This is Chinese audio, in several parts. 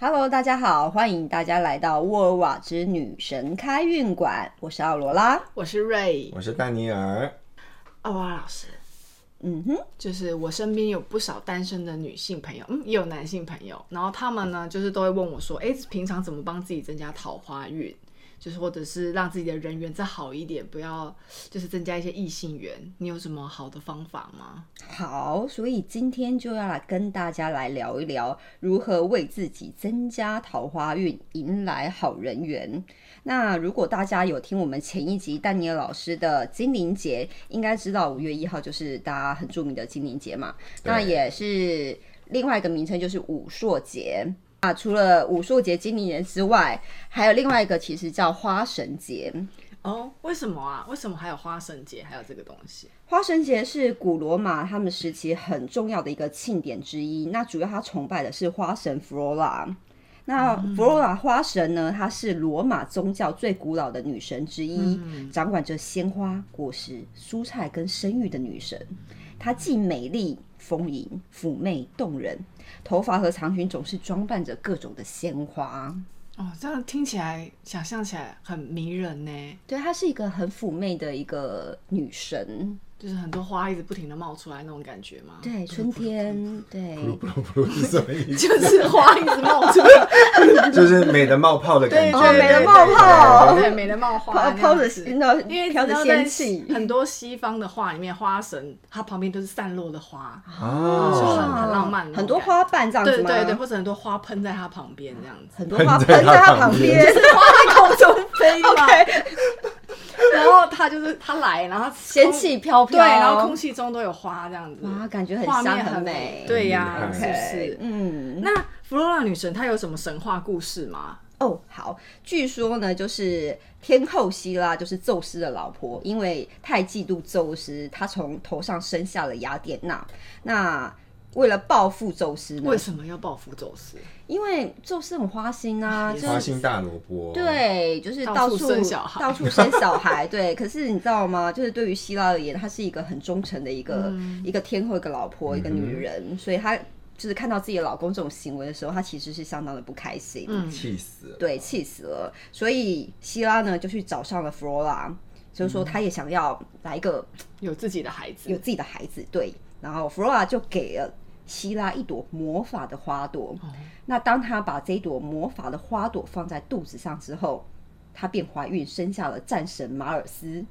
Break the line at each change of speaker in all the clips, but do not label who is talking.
Hello，大家好，欢迎大家来到沃尔瓦之女神开运馆，我是奥罗拉。
我是瑞
我是丹尼尔，
奥娃老师，
嗯哼，
就是我身边有不少单身的女性朋友，嗯，也有男性朋友，然后他们呢，就是都会问我说，哎、平常怎么帮自己增加桃花运？就是或者是让自己的人缘再好一点，不要就是增加一些异性缘。你有什么好的方法吗？
好，所以今天就要来跟大家来聊一聊如何为自己增加桃花运，迎来好人缘。那如果大家有听我们前一集丹尼尔老师的精灵节，应该知道五月一号就是大家很著名的精灵节嘛，那也是另外一个名称就是武硕节。啊，除了武硕节、精灵节之外，还有另外一个其实叫花神节。
哦，为什么啊？为什么还有花神节，还有这个东西？
花神节是古罗马他们时期很重要的一个庆典之一。那主要他崇拜的是花神弗罗拉。那弗罗拉花神呢，她是罗马宗教最古老的女神之一，掌管着鲜花、果实、蔬菜跟生育的女神。她既美丽、丰盈、妩媚动人，头发和长裙总是装扮着各种的鲜花。
哦，这样听起来、想象起来很迷人呢，
对，她是一个很妩媚的一个女神。
就是很多花一直不停的冒出来那种感觉吗？
对，春天，对，
不如不如是什么意 思？
就是花一直冒出来，
就是美的冒泡的感
对
觉，
哦
对
美人
对
冒
对
泡
对，美人冒花
抛
那样
抛着
子
那
因为
飘
你
着
知道在
仙气，
很多西方的画里面，花神它旁边都是散落的花，
哦，
很很浪漫的那种
很多花瓣这样
对
子
对
吗？
对，或者很多花喷在它旁边这样子。
啊很多花喷在它旁边，
花在空中飞 嘛 然后它就是它来，然后空
仙气飘
对，
飘，
然后空气中都有花这样子，
哇，感觉很
画
香
面很
美，
对呀、
嗯
是不是？
哎嗯，
那弗罗拉女神她有什么神话故事吗？
哦，好，据说呢，就是天后希拉就是宙斯的老婆，因为太嫉妒宙斯，她从头上生下了雅典娜。那为了报复宙斯呢
为，什么要报复宙斯？
因为宙斯很花心啊，就是
花心大萝卜，，
对，就是
到
到
处
处
生小孩
到处生小孩。对， 可是你知道吗？就是对于希拉而言，她是一个很忠诚的一个、
嗯
一个天后、一个老婆、一个女人，所以她就是看到自己的老公这种行为的时候，她其实是相当的不开心，
嗯
气死了，
对，气死了。所以希拉呢，就去找上了弗罗拉，就是
嗯
说她也想要来一个
有自己的孩子
有，自己的孩子，对。然后弗罗拉就给了希拉一朵魔法的花朵。
哦
那当她把这朵魔法的花朵放在肚子上之后，她便怀孕，生下了战神马尔斯。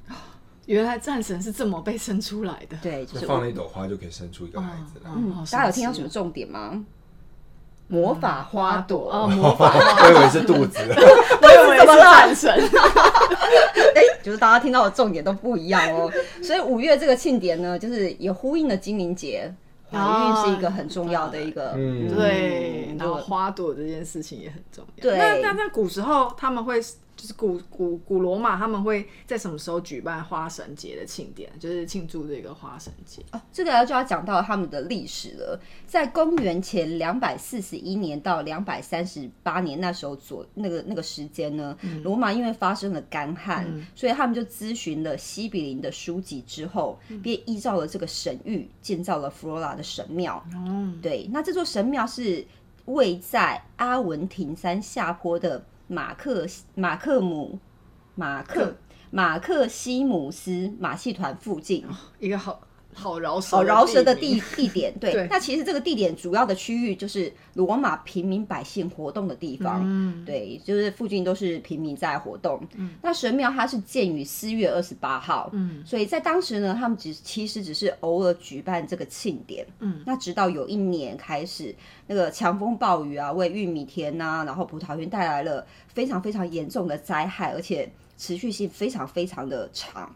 原来战神是这么被生出来的。
对，就
就是放
我
了一朵花就可以生出一个孩子来。
嗯，好神
大家有听到
奇
什么
哦
重点吗？魔法花朵，
哦， 魔法
我以为是肚 子，
我以为是战神，
哎、就是大家听到的重点都不一样哦。 所以五月这个庆典呢，就是也呼应了精灵节，怀
哦
孕是一个很重要的一个，
嗯
对，然后
对
花朵这件事情也很重要。
对
那那那古时候他们会就是古古古罗马他们会在什么时候举办花神节的庆典？就是庆祝这个花神节。
哦，这个就要讲到他们的历史了。在公元前两百四十一年到两百三十八年那时候左那个那个时间呢，罗、马因为发生了干旱，所以他们就咨询了西比林的书籍之后，便依照了这个神谕建造了弗罗拉的神庙。
哦，
对，那这座神庙是位在阿文廷山下坡的马克马克姆马克马克西姆斯马戏团附近。
一个好好饶舌
好饶舌的
地
地地
名，
点，对。
对
那其实这个地点主要的区域就是罗马平民百姓活动的地方，
嗯
对，就是附近都是平民在活动。那神庙它是建于四月二十八号，
嗯
所以在当时呢，他们只其实只是偶尔举办这个庆典，
嗯，
那直到有一年开始，那个强风暴雨啊，为玉米田呐、然后葡萄园带来了非常非常严重的灾害，而且持续性非常非常的长。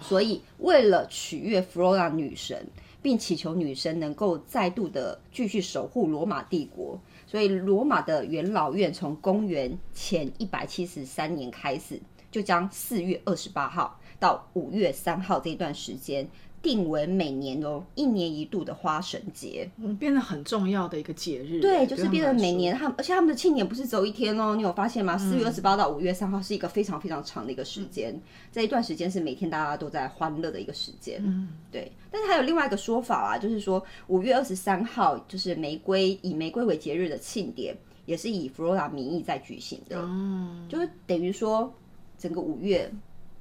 所以，为了取悦弗罗拉女神，并祈求女神能够再度的继续守护罗马帝国，所以罗马的元老院从公元前一百七十三年开始，就将四月二十八号到五月三号这一段时间定为每年哦一年一度的花神节。
嗯，变得很重要的一个节日。
对，就是
他们
变得
来
每
说
年他们，而且他们的庆典不是只有一天哦，你有发现吗？四月二十
嗯
八到五月三号是一个非常非常长的一个时间，这一段时间是每天大家都在欢乐的一个时间。嗯，对。但是还有另外一个说法啊，就是说五月二十三号就是玫瑰以玫瑰为节日的庆典，也是以弗罗拉名义在举行的，
哦
就是等于说整个五月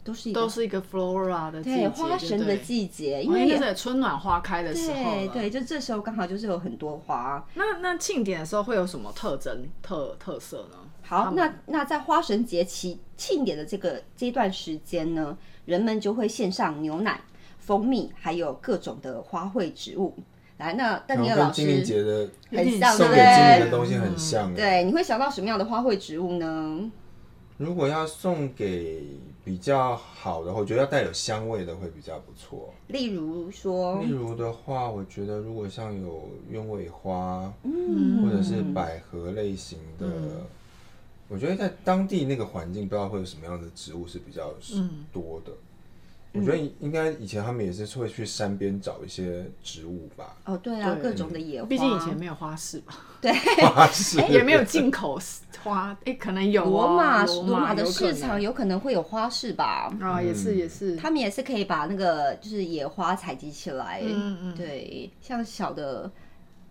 都是一个
都是一个 flora 的季
对
节，
花神
对
的
不对
季节，因
哦
为
因为
也
是春暖花开的时候
对
了
对，就这时候刚好就是有很多花，
那那庆典的时候会有什么特征特特色呢？
好，那那在花神节期庆典的这个这段时间呢，人们就会献上牛奶、蜂蜜，还有各种的花卉植物。来，那
然
邓
后
尼尔
跟
老
精灵
师
节的
有点
很像，对
送
不
给精灵的
对？
东西很像哎。
对，你会想到什么样的花卉植物呢？
如果要送给比较好的，我觉得要带有香味的会比较不错。
例如说
嗯
例，如的话，我觉得如果像有鸢尾花，
嗯
或者是百合类型的，我觉得在当地那个环境，不知道会有什么样的植物是比较多的。我觉得应该以前他们也是会去山边找一些植物 吧，
哦，对啊，
对
各种的野花，
毕竟以前没有花市吧，
花市
也没有进口花，哎、可能有
哎罗
哦。
马
罗
罗马的
有可能
市场有可能会有花市吧？
啊，也
嗯
是也是，
他们也是可以把那个就是野花采集起来，
嗯嗯
对，像小的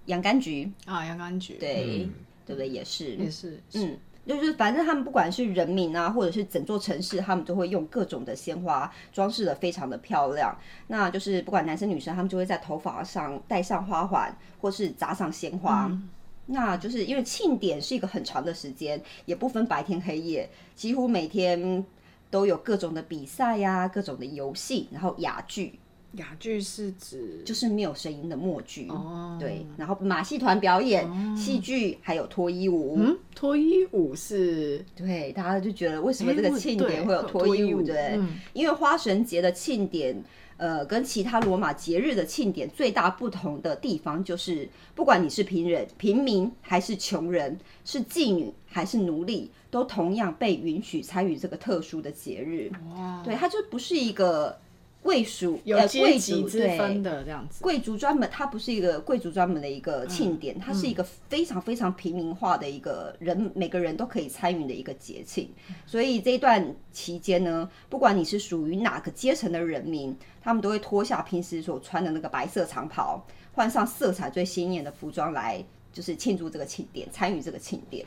洋甘菊，
啊，洋甘菊，，
对，
嗯
对不对？也是，
也是，
嗯，就是反正他们不管是人民啊，或者是整座城市，他们都会用各种的鲜花装饰的非常的漂亮。那就是不管男生女生，他们就会在头发上戴上花环，或是扎上鲜花。
嗯
那就是因为庆典是一个很长的时间，也不分白天黑夜，几乎每天都有各种的比赛呀、各种的游戏，然后哑剧
哑剧是指
就是没有声音的默剧，
哦，
对，，然后马戏团表演、戏剧，还有脱衣舞，
嗯，脱衣舞是
对，大家就觉得为什么
诶
这个
为
庆
哎对
典会有
会有
脱
脱
衣
衣
舞？
舞
对，
嗯
因为花神节的庆典，呃，跟其他罗马节日的庆典最大不同的地方就是，不管你是平人、平民还是穷人，是妓女还是奴隶，都同样被允许参与这个特殊的节日。
哇，
对，它就不是一个贵属
有
呃
阶
贵
级
族
之
对
分的这样子，
贵族专门，它不是一个贵族专门的一个庆典，它是一个非常非常平民化的一个人，每个人都可以参与的一个节庆。所以这一段期间呢，不管你是属于哪个阶层的人民，他们都会脱下平时所穿的那个白色长袍，换上色彩最鲜艳的服装来，就是庆祝这个庆典，参与这个庆典。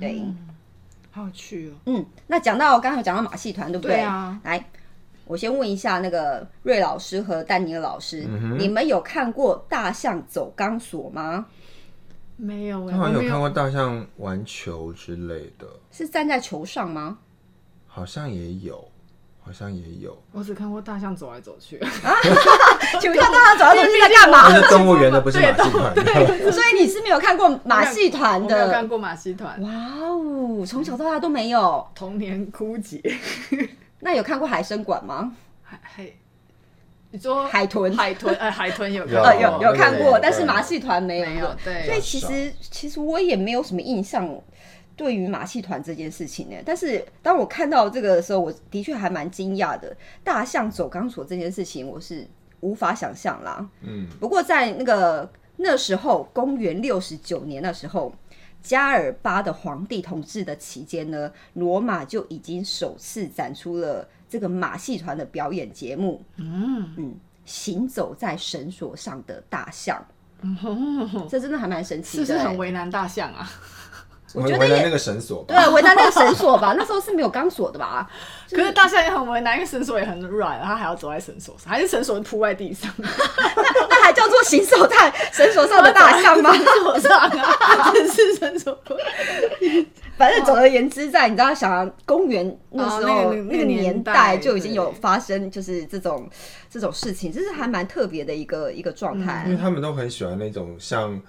对，
好有趣哦。
嗯，那讲到刚才有讲到马戏团，对不对？
对啊
来，我先问一下那个瑞老师和丹尼尔老师，
嗯
你们有看过大象走钢索吗？
没有哎、
他 好
我
像
没
有看过大象玩球之类的，
是站在球上 吗？
好像也有，好像也有。
我只看过大象走来走去，
请问一下，大象走钢索啊是在干
但
嘛？
是动物园的不是马戏团 的，
所以你是没有看过马戏团
我没有
的嗯
看？过马戏团，
哇哦，从小到大都没有。
童年枯竭。
那有看过海参馆吗？
海海，你说
海豚
海豚，呃，海豚有
有
呃，
看
有
过
有看过，
哦对
但是马戏团没有。
没有？对，
所
对
以其实其实我也没有什么印象对于马戏团这件事情呢。欸但是当我看到这个的时候，我的确还蛮惊讶的。大象走钢索这件事情，我是无法想象啦。
嗯，
不过在那个那时候，公元六十九年那时候。加尔巴的皇帝统治的期间呢，罗马就已经首次展出了这个马戏团的表演节目。嗯嗯，行走在绳索上的大象，这真的还蛮神奇
是
的、
不是很
欸
为难大象啊？
我
觉得
回来那个绳索吧。
对，围在那个绳索吧，那 时候是没有钢索的吧？
可是大象也很为难，因为绳索也很软，它还要走在绳索上，还是绳索铺在地上？
那还叫做行走在绳索上的 大象吗？
绳索上啊，只是绳索铺。
反正总而言之，在你知道，想要公元那时候、
哦那个那个
个
年
代
代
就已经有发生，就是这种这种事情，这是还蛮特别的一个一个状态。
因为他们都很喜欢那种像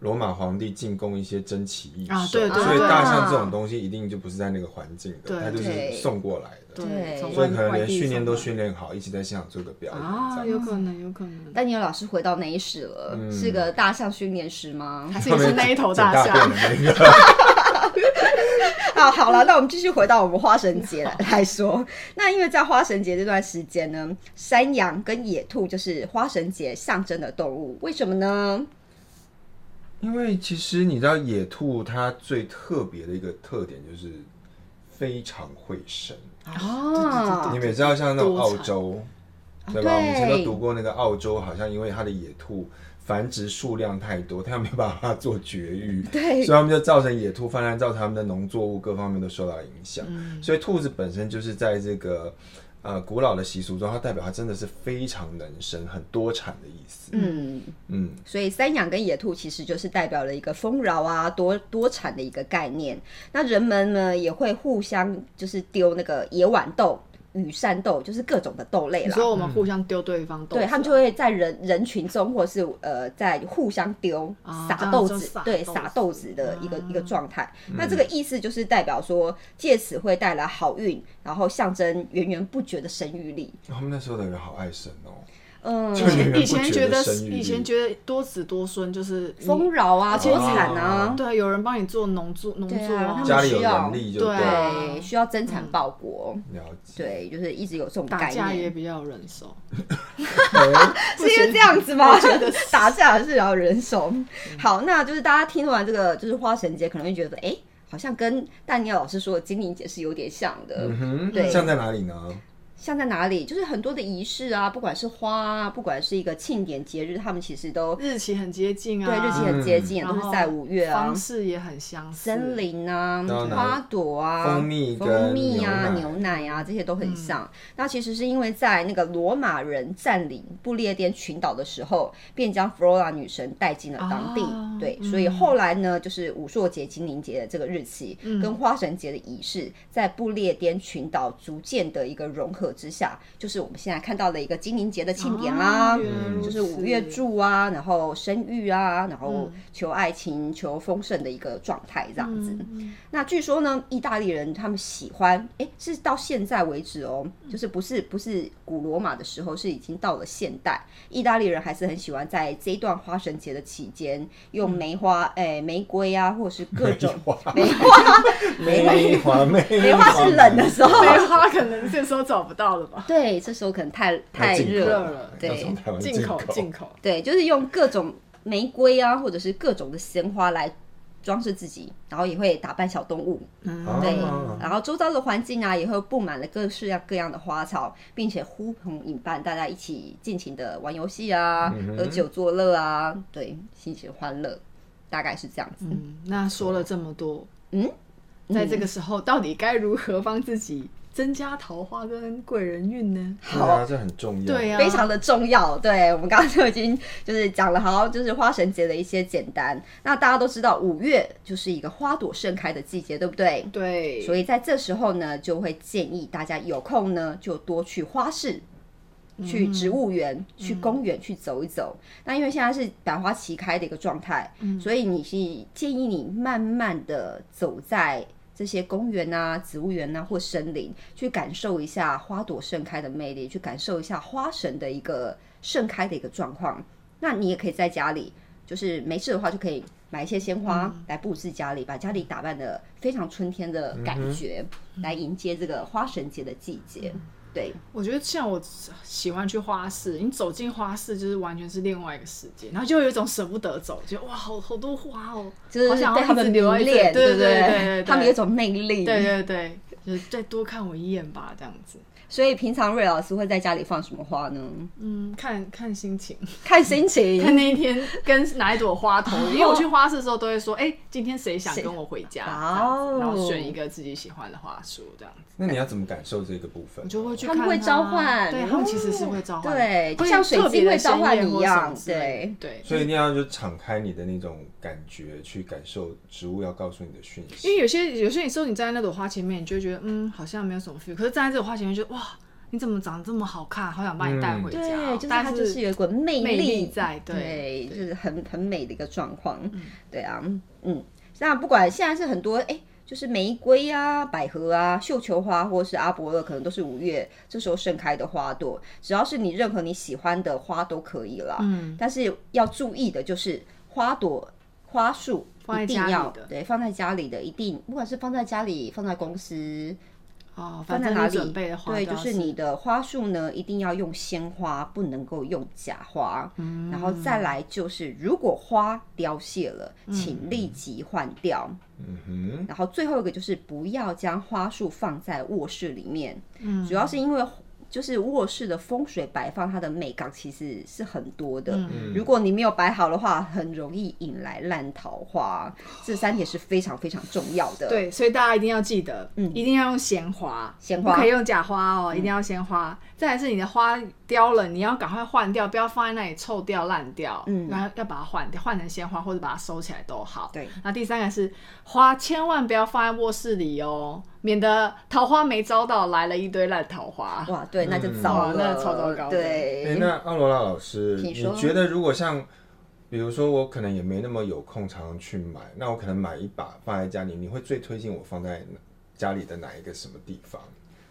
罗马皇帝进贡一些珍奇异兽，
啊对对
所以
对
大象这种东西一定就不是在那个环境
对
的，它就是送过来的，
对
从
所
外
以可能
外
连
地
训练都
送
训练好，一起在现场做个表
来
演
啊，
这样。
有可能，有可能。
丹尼尔老师回到那一世了，是个大象训练师吗？
还是你是那一头大
剪大
象？
便的那个，
啊， 好了，那我们继续回到我们花神节来 来说。那因为在花神节这段时间呢，山羊跟野兔就是花神节象征的动物，为什么呢？
因为其实你知道，野兔它最特别的一个特点就是非常会生。
啊
你们也知道，像那种澳洲，对吧？我们以前
对
都读过那个澳洲，好像因为它的野兔繁殖数量太多，它没有办法做绝育，
对
所以他们就造成野兔泛滥，造成他们的农作物各方面都受到影响。
嗯
所以兔子本身就是在这个呃古老的习俗中，它代表它真的是非常能生、很多产的意思。
嗯，
嗯，
所以山羊跟野兔其实就是代表了一个丰饶啊、多多产的一个概念。那人们呢也会互相就是丢那个野豌豆、羽扇豆，就是各种的豆类
你
啦。
说我们互相丢对方豆
对
子，啊
他们就会在人人群中，或是呃，在互相丢
啊这
撒
样
豆
就
子，
撒
对
豆
撒
子
豆子的一个、一个
啊
状态。那这个意思就是代表说，借此会带来好运，然后象征源源不绝的生育力。
他们那时候的人好爱生哦，
嗯，
就源源不
以前
绝
觉
的
得
生育
以
力
前觉得多子多孙就是你
丰饶啊，
而且
多产啊，
对，有人帮你做农作农
对啊
作
他们
家里
需
有
要
能力就
对
了
啊
对，需要增产报国。
了解。
对，就是一直有这种
打
概
架也
念，
比较有人手，
是因为这样子吗
我觉得？ 嗯
打架是要人手。 好，那就是大家听完这个，就是花神节，可能会觉得，哎、好像跟丹尼尔老师说的精灵节是有点像的。
嗯哼，
对
像在哪里呢？
像在哪里，就是很多的仪式啊，不管是花啊，不管是一个庆典节日，他们其实都
日期很接近啊，
对日期很接近，
嗯然
都
后
是在五月啊
方。式也很相似，
森林啊
然后，呢
花朵啊，
蜂蜜跟
蜂蜜啊，
牛嗯
牛奶啊，这些都很像。那其实是因为在那个罗马人占领不列颠群岛的时候，便将弗罗拉女神带进了当地。
啊
对，所以后来呢，就是武朔节、精灵节的这个日期，
嗯
跟花神节的仪式，在不列颠群岛逐渐的一个融合之下，就是我们现在看到的一个精灵节的庆典啦、
啊原来如
就是五
此
月柱啊，然后生育啊，然后求爱情、求丰盛的一个状态这样子。
嗯
那据说呢，意大利人他们喜欢，诶，是到现在为止哦，就是不是不是古罗马的时候，是已经到了现代，意大利人还是很喜欢在这一段花神节的期间，用梅花、诶玫瑰啊，或者是各 种梅花，
梅花梅
梅花是冷的时候，
梅花可能这时候找不到了吧，
对，这时候可能太
要
太
进口
热
热了
对
要从台湾
进口进
进。
口，
对，就是用各种玫瑰啊，或者是各种的鲜花来装饰自己，然后也会打扮小动物，
啊
对，然后周遭的环境啊也会布满了各式啊各样的花草，并且呼朋引伴，大家一起尽情的玩游戏啊，喝酒作乐啊，对，心情欢乐，大概是这样子。
嗯，那说了这么多，
嗯，
在这个时候到底该如何帮自己增加桃花跟贵人运呢？
对啊，这很重要。
对呀、啊，
非常的重要。对我们刚刚就已经就是讲了，好，就是花神节的一些简单。那大家都知道，五月就是一个花朵盛开的季节，对不对？
对，
所以在这时候呢，就会建议大家有空呢就多去花市。去植物园、去公园去走一走。那因为现在是百花齐开的一个状态，所以你是建议你慢慢的走在这些公园啊、植物园啊或森林，去感受一下花朵盛开的魅力，去感受一下花神的一个盛开的一个状况。那你也可以在家里，就是没事的话就可以买一些鲜花
嗯
来布置家里，把家里打扮的非常春天的感觉，
嗯
来迎接这个花神节的季节。对，
我觉得像我喜欢去花市，你走进花市就是完全是另外一个世界，然后就有一种舍不得走，觉得哇，好好多花哦，
就是
好想要
被他
一
们
直
迷
留在这
恋，
对
不
对对，
他们有一种魅力。
对对对，就是再多看我一眼吧，这样子，
所以平常瑞老师会在家里放什么花呢？
嗯，看看心情，
看心
看
情。
那一天跟哪一朵花投缘，因为我去花市的时候都会说，哎、今天哦谁想跟我回家，这样
哦
子然后选一个自己喜欢的花束，这样子，
那你要怎么感受这个部分
我？就会去
他
看
们会
它
召唤
对
哦
他们其实是会召唤，
对就
会
像水
特别
晶会
的
召唤
鲜艳
你
或
一
什么
样
之类的对，
所以一定要就敞开你的那种感觉，去感受植物要告诉你的讯
因
息。
为有些有些时候你站在那朵花前面，你就会觉得嗯好像没有什么 feel，可是站在这朵花前面就哇你怎么长得这么好看，好想把你带回家哦、
对，就是
但
它就是有一股魅
魅
力
力在对
对，就是很很美的一个状况，对啊，嗯，那不管现在是很多哎、诶就是玫瑰啊、百合啊、绣球花或是阿伯勒，可能都是五月这时候盛开的花朵，只要是你任何你喜欢的花都可以啦，嗯，但是要注意的就是花朵。花束
放在
一
家
定
里
要
的
对放在家里的一定，不管是放在家里、放在公司、
哦，
放
反
在
正
哪
你
里
准备的花都
对，
要
就
吃，
是你的花束呢，一定要用鲜花，不能够用假花。
嗯
然后再来就是，如果花凋谢了，
嗯
请立即换掉。
嗯哼，
然后最后一个就是不要将花束放在卧室里面，
嗯
主要是因为。就是卧室的风水摆放，它的美感其实是很多的。
嗯
如果你没有摆好的话，很容易引来烂桃花。这三点是非常非常重要的。，
对，所以大家一定要记得，一定要用鲜花，
鲜花
不可以用假花哦，一定要鲜花。再来是你的花凋了，你要赶快换掉，不要放在那里臭掉烂掉，
嗯
然后要把它换掉，换成鲜花或者把它收起来都好。
对
那第三个是花，千万不要放在卧室里哦，免得桃花没招到，来了一堆烂桃花。
哇，对，那就
嗯
糟
哇
了，
哦那超糟糕的
对，
哎、那奥罗拉老师，
请
你
说
觉得如果像，比如说我可能也没那么有空常常去买，那我可能买一把放在家里，你会最推荐我放在哪家里的哪一个什么地方？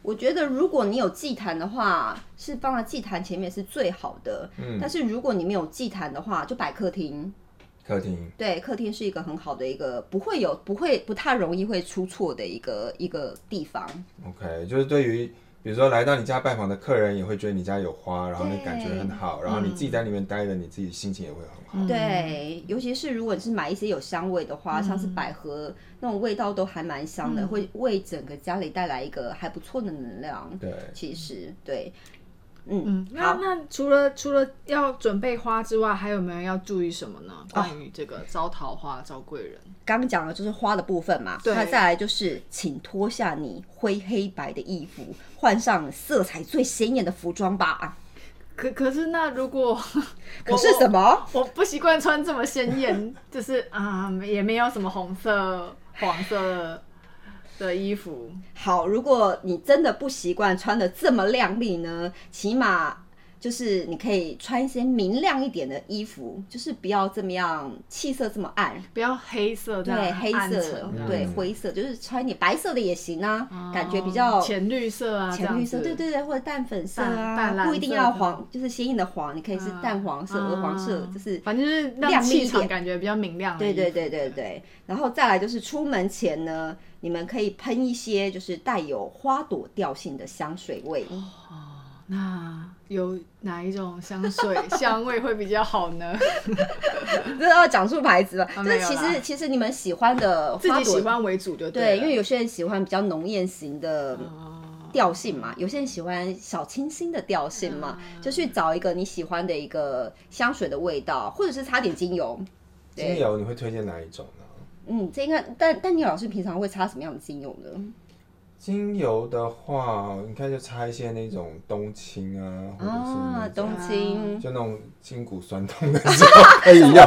我觉得如果你有祭坛的话，是放在祭坛前面是最好的。
嗯
但是如果你没有祭坛的话，就摆客厅。
客厅。
对，客厅是一个很好的一个不会有不会不太容易会出错的一个一个地方。
OK，就是对于比如说来到你家拜访的客人，也会觉得你家有花，然后你感觉很好，然后你自
嗯
己在里面待着，你自己心情也会
嗯
很好。
对，尤其是如果你是买一些有香味的花，像是百合那种味道都还蛮香的，会为整个家里带来一个还不错的能量。
对，
其实对，
嗯
嗯，
那
好
那除了除了要准备花之外，还有没有要注意什么呢？关于这个招桃花、招贵人，
刚刚讲的就是花的部分嘛，
对
那再来就是，请脱下你灰黑白的衣服，换上色彩最鲜艳的服装吧。
可可是那如果
可是什么？
我不习惯穿这么鲜艳，就是 啊、也没有什么红色、黄色的衣服。
好，如果你真的不习惯穿的这么靓丽呢，起码就是你可以穿一些明亮一点的衣服，就是不要这么样气色这么暗。
不要黑色这
对，
样
黑
啊暗
色
沉的，
对，灰色，就是穿一点白色的也行啊，感觉比较
嗯浅绿色啊，
浅绿色，
这
对
样子，
对对，或者淡粉色
淡淡蓝
啊，
色
不一定要黄，就是鲜艳的黄，你可以是
嗯
淡黄色、鹅黄色，
嗯
就是
反正就是让
亮丽一
气
点
场感觉比较明亮的
对
衣服。
对对对对。然后再来就是出门前呢，你们可以喷一些就是带有花朵调性的香水味。
哦那有哪一种香水香味会比较好 呢？
这要讲出牌子了，
啊
就
没
是
有
其
啦
实其实你们喜欢的
自
花
己
朵，
喜欢为主就
对，
了
因为有些人喜欢比较浓艳型的
哦
调性嘛，有些人喜欢小清新的调性嘛，
啊
就去找一个你喜欢的一个香水的味道，或者是擦点精油。对
精油你会推荐哪一种呢？
嗯，这应该，但但你老师平常会擦什么样的精油呢？
精油的话，你看就擦一些那种冬青啊，或者是
啊
那，种、
冬青，
就那种筋骨酸痛的时 候可以用。觉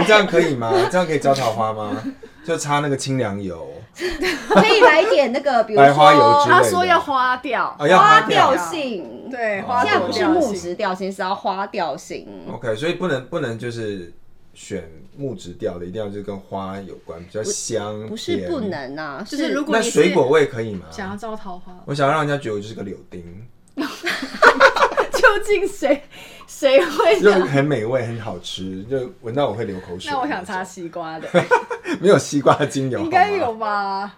得这样可以吗？这样可以招桃花吗？就擦那个清凉油，
可以来一点那 个，比如
白花油
说
之类
他
的
说要花调，
哦要花
调
调
性，，
对，
哦
花
现在
朵
不是
调
木
性
质调性，是要花调性。
OK，所以不能不能就是选木质调的，一定要就是跟花有关，比较香。
不是
甜
不。能
啊
呐，
就是如果
那
你是
水果味可以吗？
想要招桃 花，
我想要让人家觉得我就是个柳丁，
究竟谁谁会
就
想？
很美味，很好吃，就闻到我会流口水。
那我想擦，西瓜的，
没有西瓜精油，
应该
好
有
吗。
吧？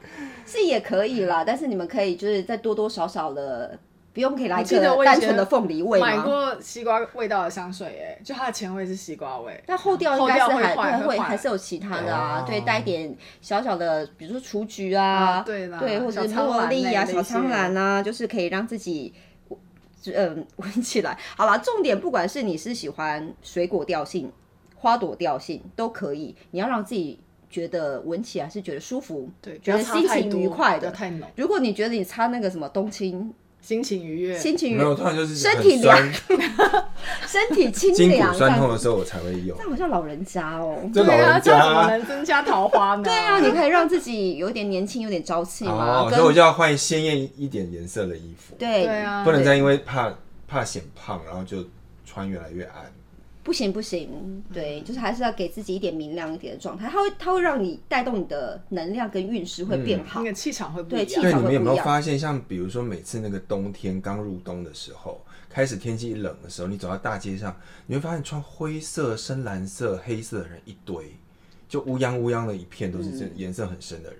是也可以啦，但是你们可以就是再多多少少的，不用可以来
我记得
个
我以
单
前
纯的凤梨味
买
吗？
过西瓜味道的香水、哎，就它的前味是西瓜味，
但后调应该
后
是
调会
还
换
对
会
会
换
还是有其他的啊
哦，
对，带一点小小的，比如说雏菊
啊
啊，
对啦
对，或者是
小苍兰
茉莉啊、
类
小苍兰啊，就是可以让自己。嗯， 闻起来好啦，重点不管是你是喜欢水果调性、花朵调性都可以，你要让自己觉得闻起来是觉得舒服，
对，
觉得心情愉快
不要
的。
太浓，
如果你觉得你擦那个什么冬青，
心情愉悦。
心情愉
没有，突然就是
身
很
体
酸
凉，身体清
筋
凉
骨
这
酸
样
痛
子，
的时候我才会用。
但好像老人家哦，
这老
对啊，
人
这
家
样怎么能增加桃花呢？对
对啊，你可以让自己有点年轻，有点朝气嘛。
哦，
跟
所以我就要换鲜艳一点颜色的衣服，
对
对啊
不能再因为怕怕显胖，然后就穿越来越暗。
不行不行，对，就是还是要给自己一点明亮一点的状态，它会它会让你带动你的能量跟运势会变好。
那个气场会不一
对气
对，
场
样。
你们有没
会不一
有
样
发现，像比如说每次那个冬天刚入冬的时候，开始天气一冷的时候，你走到大街上，你会发现穿灰色、深蓝色、黑色的人一堆，就乌泱乌泱的一片都是
嗯
这颜色很深的人。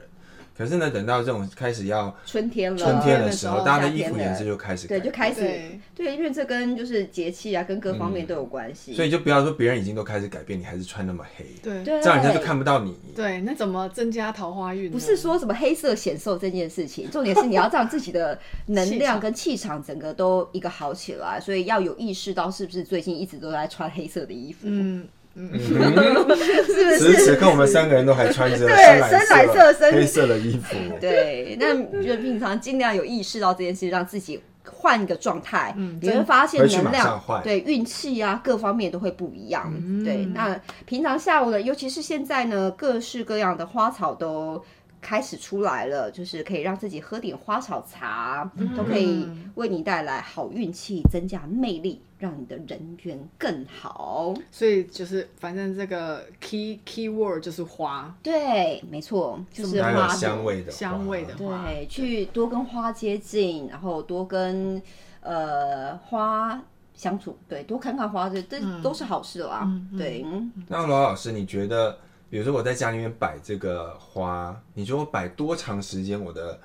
可是呢，等到这种开始要
春天了，
春天的
的
时
时
候，
候
大家的
夏
衣
天
服
了
颜色就开始
对，
改
就开始
对
对，因为这跟就是节气啊，跟各方面都有关系。
嗯所以就不要说别人已经都开始改变，你还是穿那么黑，
对
对，
这样人家就看不到你。
对，那怎么增加桃花运呢？
不是说什么黑色显瘦这件事情，重点是你要让自己的能 量跟气场整个都一个好起来，所以要有意识到是不是最近一直都在穿黑色的衣服，
嗯，
是不
此时
是？
此刻，我们三个人都还穿着
深蓝色深
黑色的衣服。
对，那你就平常尽量有意识到这件事，让自己换一个状态，你会发现
回去
能
马上
量
换、
对运气啊各方面都会不一样。对，那平常下午呢，尤其是现在呢，各式各样的花草都。开始出来了，就是可以让自己喝点花草茶，都可以为你带来好运气，增加魅力，让你的人缘更好。
所以就是反正这个 key key word 就是花，
对，没错，就是
还
花
有
朵
香味的花
香味的花，
对，去多跟花接近，然后多跟呃花相处，对，多看看花，这这都是好事啦。对，
那罗老师，你觉得，比如说我在家里面摆这个花，你觉得我摆多长时间，我的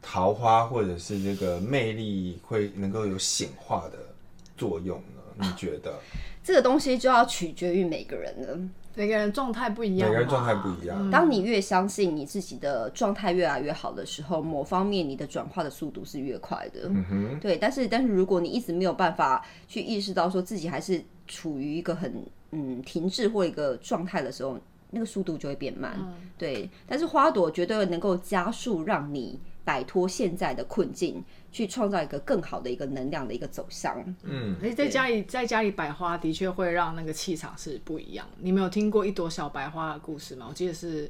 桃花或者是这个魅力会能够有显化的作用呢？你觉得？
这个东西就要取决于每个人了。
每个人状态不一样嘛，
每个人状态不一样。
当你越相信你自己的状态越来越好的时候，某方面你的转化的速度是越快的。
嗯哼，
对，但是但是如果你一直没有办法去意识到说自己还是处于一个很嗯停滞或一个状态的时候，那个速度就会变慢。
嗯
对，但是花朵绝对能够加速让你摆脱现在的困境，去创造一个更好的一个能量的一个走向。
嗯，
而且在家里，在家里摆花的确会让那个气场是不一样的。你们有听过一朵小白花的故事吗？我记得是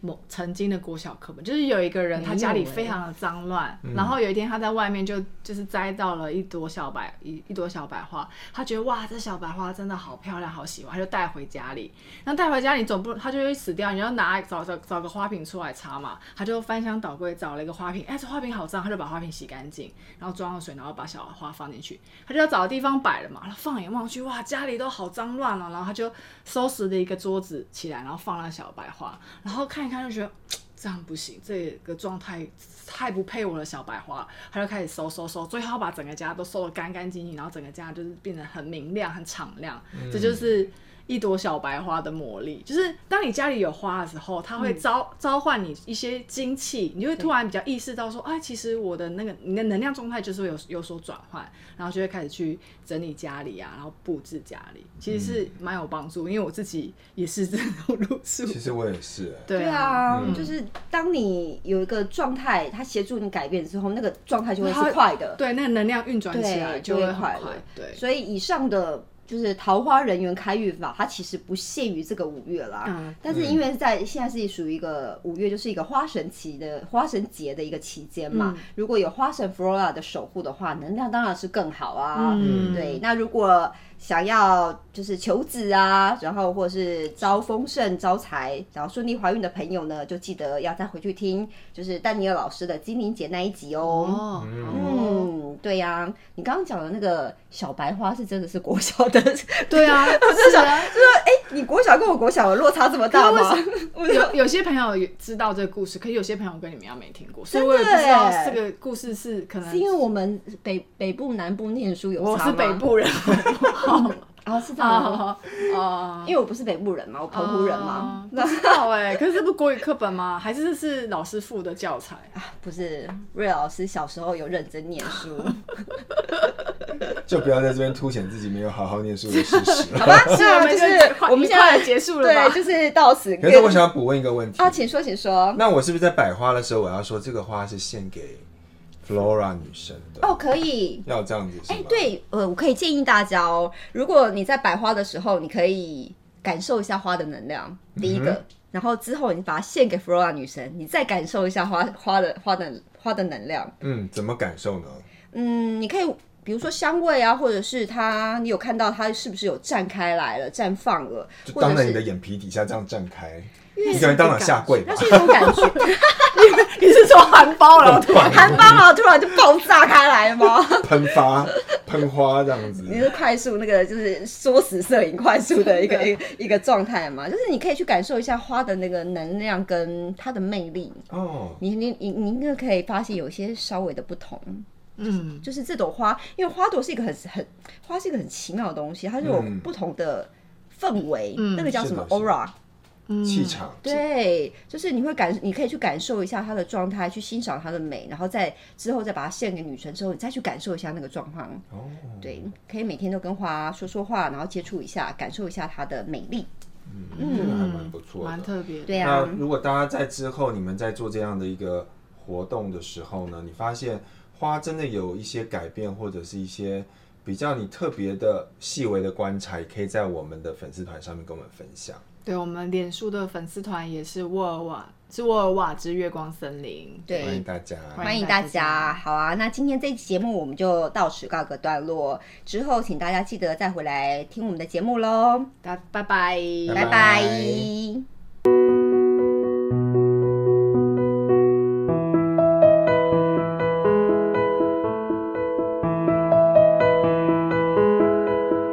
某曾经的国小课本，就是有一个人
没有
他家里
欸
非常的脏乱，然后有一天他在外面就就是摘到了一朵小白一一朵小白花，他觉得哇这小白花真的好漂亮，好喜欢，他就带回家里。那带回家你总不它就会死掉，你要拿找找找个花瓶出来擦嘛。他就翻箱倒柜找了一个花瓶，哎、这花瓶好脏，他就把花瓶洗干净，然后装上水，然后把小花放进去。他就要找个地方摆了嘛，然后放眼望去，哇，家里都好脏乱哦了。然后他就收拾了一个桌子起来，然后放了小白花，然后看一看就觉得。嘖这样不行，这个状态太不配我的小白花了，他就开始收收收，最后把整个家都收得干干净净，然后整个家就是变得很明亮、很敞亮，这就是一朵小白花的魔力，就是当你家里有花的时候，它会召、召唤你一些精气，你就会突然比较意识到说，哎，其实我的那个你的能量状态就是会有有所转换，然后就会开始去整理家里啊，然后布置家里，其实是蛮有帮助，因为我自己也是这种路数，
其实我也是、欸。
对啊，
啊，就是当你有一个状态，它协助你改变之后，那个状态就会
它
是快的。
对，那个能量运转起来
对
就会
就
很
会快
快
乐，
对，
所以以上的就是桃花人缘开运法，它其实不限于这个五月啦。
嗯
但是因为在现在是属于一个五月，就是一个花神期的花神节的一个期间嘛。
嗯
如果有花神 flora 的守护的话，能量当然是更好啊。
嗯
对。那如果想要就是求子啊，然后或是招丰盛、招财，然后顺利怀孕的朋友呢，就记得要再回去听就是丹尼尔老师的精灵节那一集哦
哦，哦
嗯，对呀、你刚刚讲的那个小白花是真的是国小的，
对啊，我
真的想你国小跟我国小的落差这么大吗？
有有些朋友也知道这个故事，可是有些朋友跟你们一样没听过，所以我也
真
不
的
知道
耶
这个故事是可能
是因为我们北北部南部念书有
我
差
哦是
吗
北部人，
啊，是这样吗，
啊啊，
因为我不是北部人嘛，我澎湖人嘛
啊，不知道哎，可是这不国语课本吗？还是是老师附的教材？
不是瑞老师小时候有认真念 书，
就不要在这边凸显自己没有好好念书的事 实了。
是
我
啊，
们
就
现
是
在
我们
一
现
块
在
结束了吧
对，就是到此。
可是我想要补问一个问题
啊，请说，请说。
那我是不是在摆花的时候，我要说这个花是献给 Flora 女生的？
哦，可以，
要这样子是
哎、
吗？，
对，呃，我可以建议大家哦，如果你在摆花的时候，你可以感受一下花的能
嗯
量，第一个，然后之后你把它献给 Flora 女神，你再感受一下花花的花的花的能量。
嗯，怎么感受呢？
嗯，你可以比如说香味啊，或者是它，你有看到它是不是有绽开来了、绽放了，
就
或
当
者
着你
是
的眼皮底下这样绽开，
因为
一个人当场下跪吧
那。是一种感 觉，
你是说含苞然后突然
含苞啊，突然就爆炸开来了 吗？
喷发、喷花这样子。
你是快速那个就是缩死摄影快速的一个一个一个状态嘛，就是你可以去感受一下花的那个能量跟它的魅力，
哦，
你你你你应该可以发现有些稍微的不同。
嗯
就是这朵花，因为花朵是一个很很花是一个很奇妙的东西，它就有
嗯
不同的氛围，
嗯
那个叫什么
是的是的
aura，
气场，
对，就是你会感，你可以去感受一下它的状态，去欣赏它的美，然后再之后再把它献给女神之后，你再去感受一下那个状况。
哦，
对，可以每天都跟花说说话，然后接触一下，感受一下它的美丽。
嗯，这个还蛮不错
蛮
的。
特别的。
对
那
啊，
如果大家在之后你们在做这样的一个活动的时候呢，你发现花真的有一些改变，或者是一些比较你特别的细微的观察，也可以在我们的粉丝团上面跟我们分享。
对我们脸书的粉丝团也是沃尔瓦，是沃尔瓦之月光森林。
欢
对。
迎大家，
欢迎大
欢迎大
家，好啊！那今天这期节目我们就到此告个段落，之后请大家记得再回来听我们的节目喽，
大拜拜，
拜
拜
拜
拜